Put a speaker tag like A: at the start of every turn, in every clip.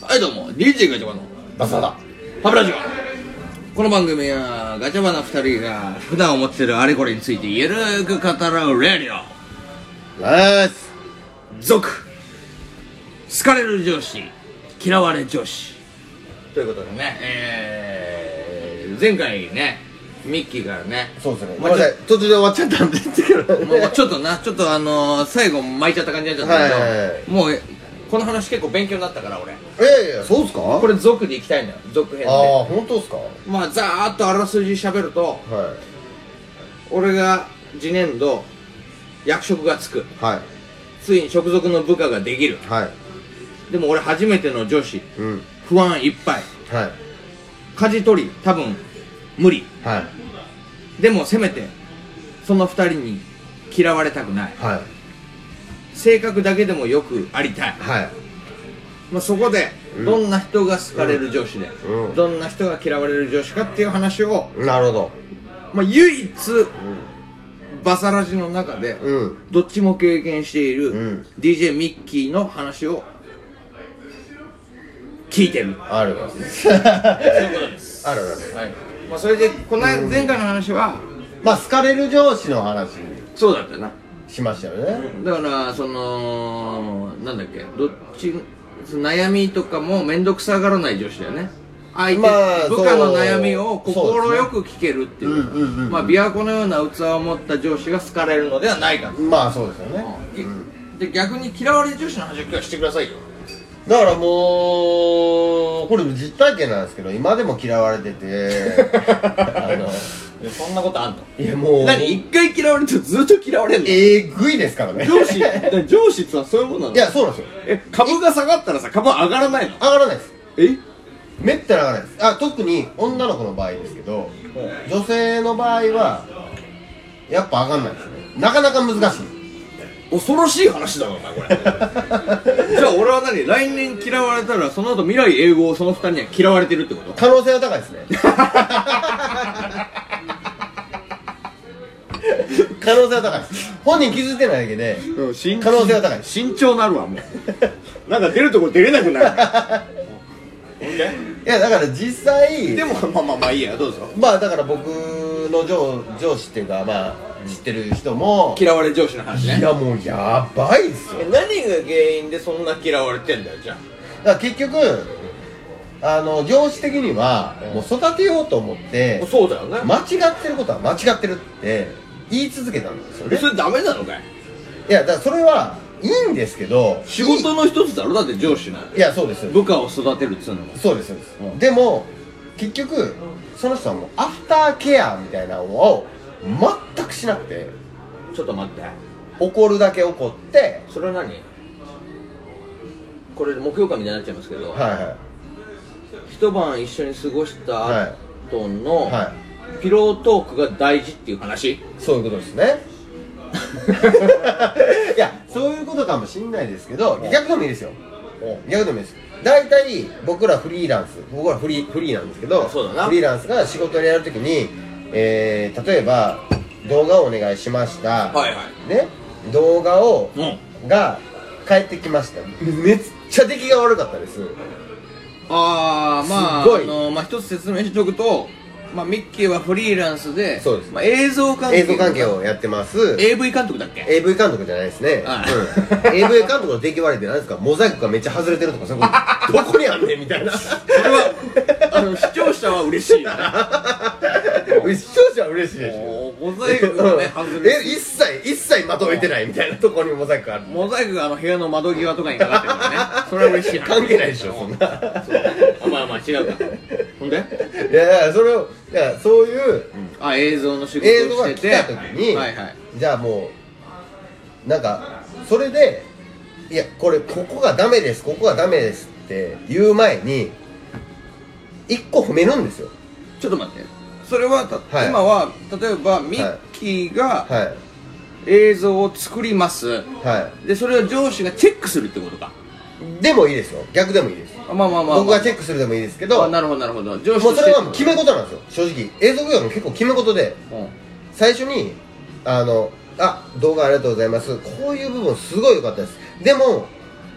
A: はいどうも DJ ガチャバの
B: バサだ
A: パブラジオこの番組はガチャバの2人が普段思ってるあれこれについてゆるーく語らうレディオ
B: ナイス
A: 続好かれる上司嫌われ上司ということでねえー、前回ねミッキーからね
B: そうですねご
A: ま
B: め
A: あ
B: んなさい途中で終わっちゃったんですけど
A: もうちょっとなちょっとあのー、最後巻いちゃった感じになっちゃったけど、
B: はいはいはい
A: もうこの話結構勉強になったから俺
B: いやいやそうですか
A: これ続でいきたいのよ続編
B: あ
A: で
B: あ本当ですかは
A: まあざーっとあらすじ喋ると俺が次年度役職がつく
B: いは
A: ついに直属の部下ができる
B: いはい
A: でも俺初めての女子
B: うん
A: 不安いっぱい
B: はい
A: 舵取り多分無理
B: はい
A: でもせめてその二人に嫌われたくない
B: はい
A: 性格だけでもよくありたい、
B: はい
A: まあ、そこで
B: うん
A: どんな人が好かれる女子で、
B: うん
A: どんな人が嫌われる女子かっていう話を、
B: なるほど
A: まあ、唯一バサラジの中で
B: うん
A: どっちも経験している、
B: うん
A: DJ ミッキーの話を聞いてる
B: あるわ
A: そういうことです
B: あるある
A: はい、まあ、それでこの間前回の話は、
B: まあ好かれる上司の話
A: そうだったよな
B: しましたよね
A: だからそのなんだっけどっちその悩みとかも面倒くさがらない女子だよね相手、
B: まあ
A: 部下の
B: そう
A: 悩みを快く聞けるっていう
B: そうですねうんうんうん
A: まあ琵琶湖のような器を持った上司が好かれるのではないかと、
B: まあそうですよねうん
A: うんで逆に嫌われる女子の話を今日はしてくださいよ
B: だからもうこれ実体験なんですけど今でも嫌われて てあ
A: いやそんなことあんの
B: のいやもう
A: 何一回嫌われるとずっと嫌われるの
B: えぐいですからね
A: 上司だから上司ってさそういうもんなの
B: いやそうなんですよ
A: え株が下がったらさ株上がらないの
B: 上がらないです
A: え
B: めったに上がらないですあ特に女の子の場合ですけど女性の場合はやっぱ上がんないですねなかなか難しい
A: 恐ろしい話だろお前こ れじゃあ俺は何来年嫌われたらその後未来英語をその二人には嫌われてるってこと
B: 可能性は高いです ね可能性は高いです本人気づいてないだけで
A: 慎
B: 可能性は高い
A: 慎重なるわも うなんか出るとこ出れなく なる
B: いやだから実際
A: でもまあまあまあいいやどうぞ
B: まあだから僕の上上司っていうかまあ知ってる人も
A: 嫌われ上司の話
B: い
A: ね
B: やもうやばいっすよ
A: 何が原因でそんな嫌われてんだよじゃ
B: だから結局あの上司的にはもう育てようと思って
A: あそうだよね、
B: 間違ってることは間違ってるって言い続けたんですよね
A: それダメなのかい
B: いやだからそれはいいんですけど
A: 仕事の一つだろだって上司の
B: いいやそうですよ
A: 部下を育てるっつうのも
B: そうですそうです、
A: うん
B: でも結局その人はもうアフターケアみたいなのを全くしなくて
A: ちょっと待って
B: 怒るだけ怒って
A: それは何これ目標感みたいになっちゃいますけど、
B: はいは
A: 一晩一緒に過ごした後の、
B: いはい
A: ピロートークが大事っていう話
B: そういうことですね いやそういうことかもしんないですけど逆でもいいですよ逆でもいいです大体僕らフリーランス僕らフリーフリーなんですけど
A: そうだな
B: フリーランスが仕事をやるときに、えー、例えば動画をお願いしました、
A: はいはい
B: ね動画を
A: うん
B: が返ってきましためっちゃ出来が悪かったです
A: ああまあ
B: すごい
A: あのまあ一つ説明しておくと、まあ、ミッキーはフリーランスで
B: そうです
A: まあ、映像関係
B: 映像関係をやってます
A: の AV 監督だっけ
B: AV 監督じゃないですね、
A: あ
B: うん、AV 監督の出来悪いって何ですかモザイクがめっちゃ外れてるとかそういうことどこにあんねんみたいな
A: それはあの視聴者は嬉しいよ ね
B: 視聴者は嬉しいでしょ
A: おーモザイクがね外れ
B: え一切一切まとめてないみたいなところにモザイクある
A: モザイクがあの部屋の窓際とかにかかってるから ねそれは嬉しいな
B: 関係ないでしょそんな
A: そうあまあまあ違う かほんで
B: いやだからそれをいやそういう
A: あ映像の仕事を
B: 映像
A: し
B: が
A: て
B: 来
A: て
B: た時に、
A: はいはい
B: じゃあもうなんかそれでいやこれここがダメですここがダメですって言う前に一個褒めるんですよ
A: ちょっと待ってそれはた、
B: はい
A: 今は例えばミッキーが
B: は
A: 映像を作ります、
B: いは
A: でそれを上司がチェックするってことか
B: いでもいいですよ逆でもいいです
A: あまあまあまあ、
B: 僕がチ
A: ェッ
B: ェックするでもいいですけ
A: あ
B: ども
A: なるほどなるほど上司
B: うそれはもう決め
A: とし
B: 事なんですよ正直映像業も結構決め事で
A: てうん
B: 最初にあのあ動画ありがとうございますこういう部分すごい良かったですでも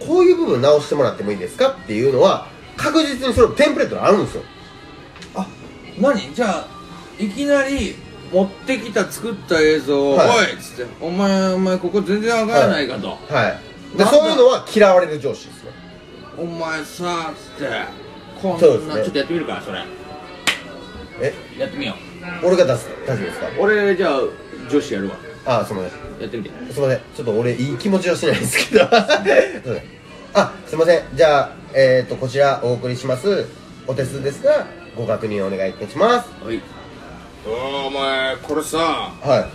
B: こういう部分直してもらってもいいですかっていうのは確実にそれテンプレートがあるんですよ
A: あ何じゃあいきなり持ってきた作った映像を「
B: はい
A: おい!」っつって「お前お前ここ全然上がらないか」と
B: はい
A: な
B: で
A: んだ
B: そういうのは嫌われる上司ですね
A: 「お前さ」っつってこ
B: そうです
A: ん
B: ね
A: な、ちょっとやってみるかそれ
B: え
A: やってみよ
B: 俺が出す大丈夫ですか
A: う俺じゃあ女子やるわ
B: あすいません
A: やってみて
B: すいませんちょっと俺いい気持ちはしないですけど すいませんあすいませんじゃあえっ、とこちらお送りしますお手数ですがご確認お願いいたします
A: はいお前これさ
B: は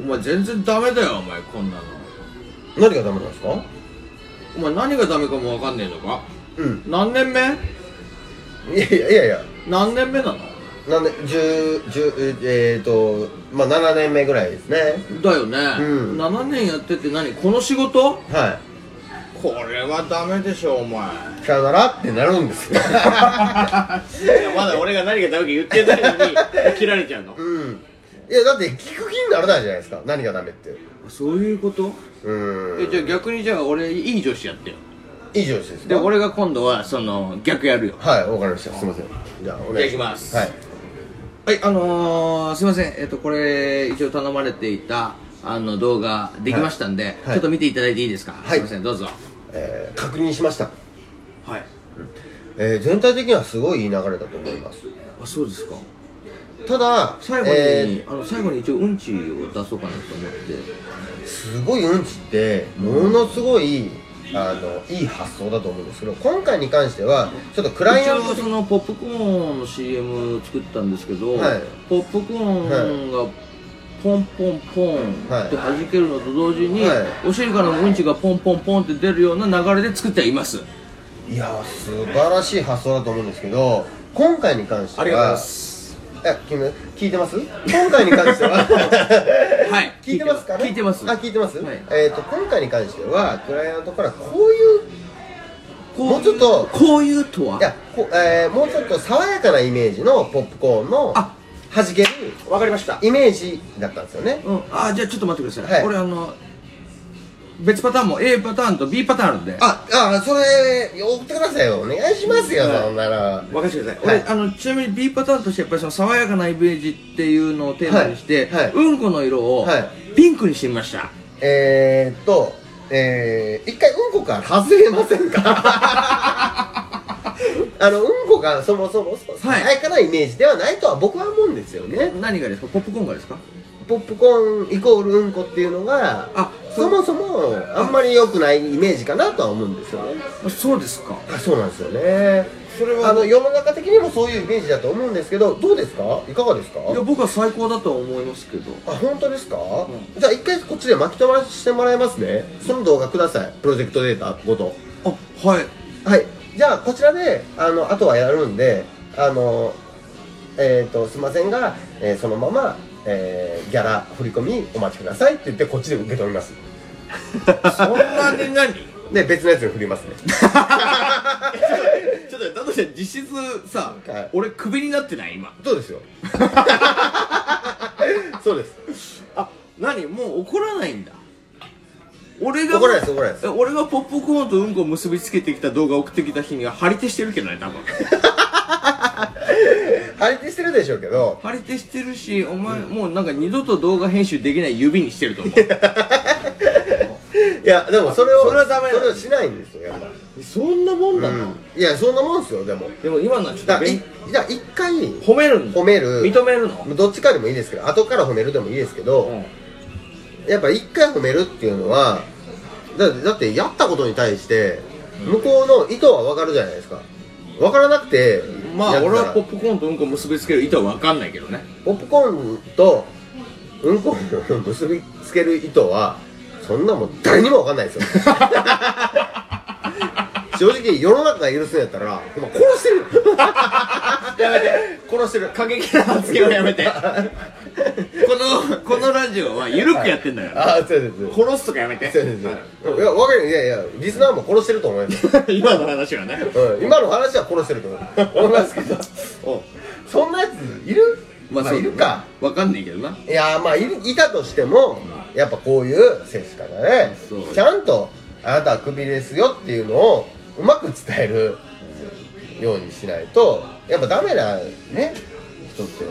A: お前全然ダメだよお前こんなの
B: い何がダメなんですか
A: お前何がダメかもわかんねえのか
B: うん
A: 何年目
B: いやいやいやいや
A: 何年目なの
B: なんで10 10えっ、とまあ7年目ぐらいですね
A: だよね、
B: うん
A: 7年やってて何この仕事
B: は
A: これはダメでしょお 前
B: いさよならってなるんです よ
A: まだ俺が何がダメか言ってない のに切られちゃうの
B: うんいやだって聞く気にならないじゃないですか何がダメって
A: そういうこと
B: うん
A: えじゃあ逆にじゃあ俺いい女子やってよ
B: 以上ですか
A: で俺が今度はその逆やるよ
B: はいわかりましたすいませんじゃあお願い
A: じゃあ行きます
B: はい
A: はいあのー、すいませんえっ、とこれ一応頼まれていたあの動画できましたんで、
B: は
A: ちょ
B: い
A: っと見ていただいていいですか、
B: は
A: す
B: い
A: いませんどうぞ
B: えー確認しました、
A: はい
B: えー全体的にはすごいいい流れだと思います
A: あそうですか
B: ただ
A: 最後に、
B: え
A: あの最後に一応うんちを出そうかなと思って
B: ーすごいうんちってものすごいあのいい発想だと思うんですけど今回に関してはちょっとクライアン
A: 一
B: ト
A: 応
B: 的
A: そのポップコーンの CM 作ったんですけど、
B: はい
A: ポップコーンがポンポンポンって弾けるのと同時に、
B: はい
A: お尻からのうんちがポンポンポンって出るような流れで作ってはいます
B: いやー素晴らしい発想だと思うんですけど今回に関しては
A: す
B: え君聞いてます今回に関しては
A: はい
B: 聞いてますかね
A: 聞いてます
B: あ聞いてます、
A: はい
B: えっ、と今回に関してはクライアントからこういう
A: こい
B: もうちょっと
A: こういうとはい
B: やこ、えーもうちょっと爽やかなイメージのポップコーンの
A: あ
B: 弾ける
A: わかりました
B: イメージだったんですよね
A: うん、あじゃあちょっと待ってください、
B: はい
A: 俺あの別パターンも A パターンと B パターンあるんで
B: ああそれ送ってくださいよお願いしますよ、
A: はい
B: そんなら
A: 任せてください、
B: はい
A: 俺あのちなみに B パターンとしてやっぱりその爽やかなイメージっていうのをテーマにして、
B: はいはい
A: うんこの色を
B: はい
A: ピンクにしてみました、
B: えー、っとえー、一回うんこから外れませんか あのうんこがそもそも爽やかなイメージではないとは僕は思うんですよね
A: 何がですかポップコーンがですか
B: ポップコーンイコールうんこっていうのが
A: あ
B: そもそもあんまり良くないイメージかなとは思うんですよね
A: あそうですか
B: あそうなんですよね
A: それは
B: あの世の中的にもそういうイメージだと思うんですけどどうですかいかがですか
A: いや僕は最高だとは思いますけど
B: あ本当ですか、
A: ん
B: じゃあ一回こっちで巻き飛ばしてもらえますねその動画くださいプロジェクトデータごと
A: あはい
B: はいじゃあこちらであのあとはやるんであのえっ、とすいませんが、えーそのまま、えーギャラ振り込みお待ちくださいって言ってこっちで受け取ります
A: そんなに何ち
B: で別のやつに振りますね
A: ょっとだとして実質さ、
B: はい
A: 俺クビになってない今
B: そう ですよ そうです
A: あ何もう怒らないんだ俺が
B: 怒らないです怒らないです
A: え俺がポップコーンとうんこを結びつけてきた動画送ってきた日には張り手してるけどね多分
B: 張り手してるでしょうけど
A: 張り手してるしお前、もうなんか二度と動画編集できない指にしてると思
B: いやでもそれを
A: それはダメだ
B: それをしないんですよやっぱ
A: うそんなもんなの、
B: いやそんなもんですよでも
A: でも今のはちょっ
B: だ
A: と
B: からい
A: 勉
B: だから一回
A: 褒めるんだ
B: 褒める
A: 認めるの
B: どっちかでもいいですけど後から褒めるでもいいですけど、
A: うん
B: やっぱ一回褒めるっていうのはだだってやったことに対して向こうの意図は分かるじゃないですか分からなくて
A: まあ
B: やった
A: 俺
B: ら
A: はポップコーンとうんこを結びつける意図は分かんないけどね
B: ポップコーンとうんこを結びつける意図はそんなもん誰にも分かんないですよ 正直世の中が許すんやったら今殺してる
A: やめて殺してる過激な発言をやめて このこのラジオは緩くやってんだよ、
B: ああそうですそうです
A: 殺すとかやめて
B: そうですそうですいや分かるいやいやリスナーも殺してると思います
A: 今の話はね
B: うん、今の話は殺してると思いますけど
A: お
B: そんなやついるま
A: ま
B: あ、
A: あそう
B: いるか
A: わかんないけどない
B: やーまあいるいたとしてもやっぱこういう接し方で
A: そう
B: ちゃんとあなたはクビですよっていうのをうまく伝えるようにしないとやっぱダメなね人って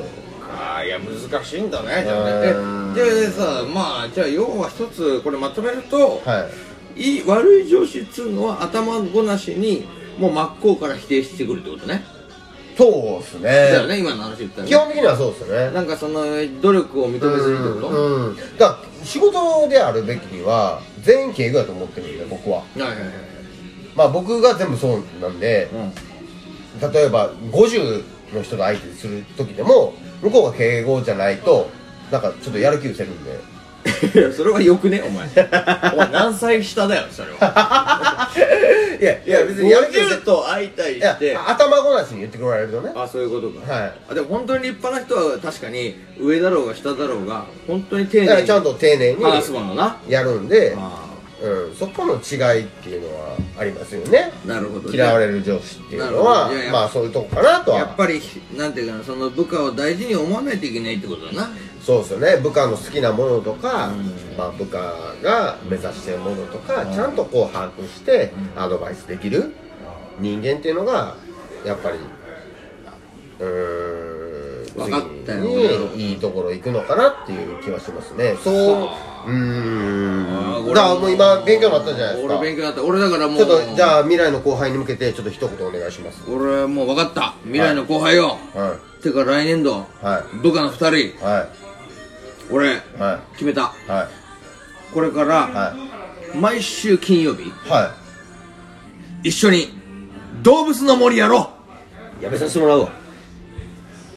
A: ああいや難しいんだねじゃあ
B: うん
A: ねえじゃあさまあじゃあ要は一つこれまとめると、
B: はい
A: いい悪い上司っつうのは頭ごなしにもう真っ向から否定してくるってことね、
B: そうですね
A: だよね今の話言ったら、ね、
B: 基本的にはそうですよね
A: なんかその努力を認めずにってこと、
B: うんうんだから仕事であるべきには全員敬語だと思ってるんで僕は
A: はいはいはいはい
B: まあ僕が全部そうなんで例えば50の人と相手にする時でも向こうが敬語じゃないとなんかちょっとやる気失せるんで
A: うん いやそれはよくねお 前お前何歳下だよそれは
B: いや
A: いや別に
B: や
A: や
B: る気失せ
A: ると相対
B: い
A: し
B: や
A: て
B: 頭ごなしに言ってくれるとね
A: あそういうことか、
B: はい
A: あでも本当に立派な人は確かに上だろうが下だろうが本当に丁
B: だか
A: 寧
B: ら
A: に
B: ちゃんと丁寧に
A: 話すものな
B: やるんで、
A: あ
B: うん、そこの違いっていうのはありますよね
A: あなるほど
B: 嫌われる上司っていうの
A: なる
B: は
A: ほどいやいや
B: まあそういうとこかなと
A: やっ
B: は
A: ぱりなんていうかなその部下を大事に思わないといけないってことだな
B: そうですよね部下の好きなものと
A: う
B: か、
A: ん
B: まあ、部下が目指してるものとか、
A: うん
B: ちゃんとこう把握してアドバイスできる人間っていうのがやっぱりうーん
A: 分かったよ
B: 次にいいところ行くのかなっていう気はしますねそう
A: は
B: うーん
A: 俺
B: だからもう今勉強になったじゃないですか
A: 俺勉強になった俺だからもう
B: ちょっとじゃあ未来の後輩に向けてちょっと一言お願いします
A: 俺はもう分かった未来の後輩よ、
B: は
A: てか来年度
B: いは
A: 部下の2人
B: いは
A: 俺
B: いは
A: 決めた
B: いはい
A: これから
B: はい
A: 毎週金曜日
B: は
A: 一緒に動物の森やろう
B: いやめさせてもらうわ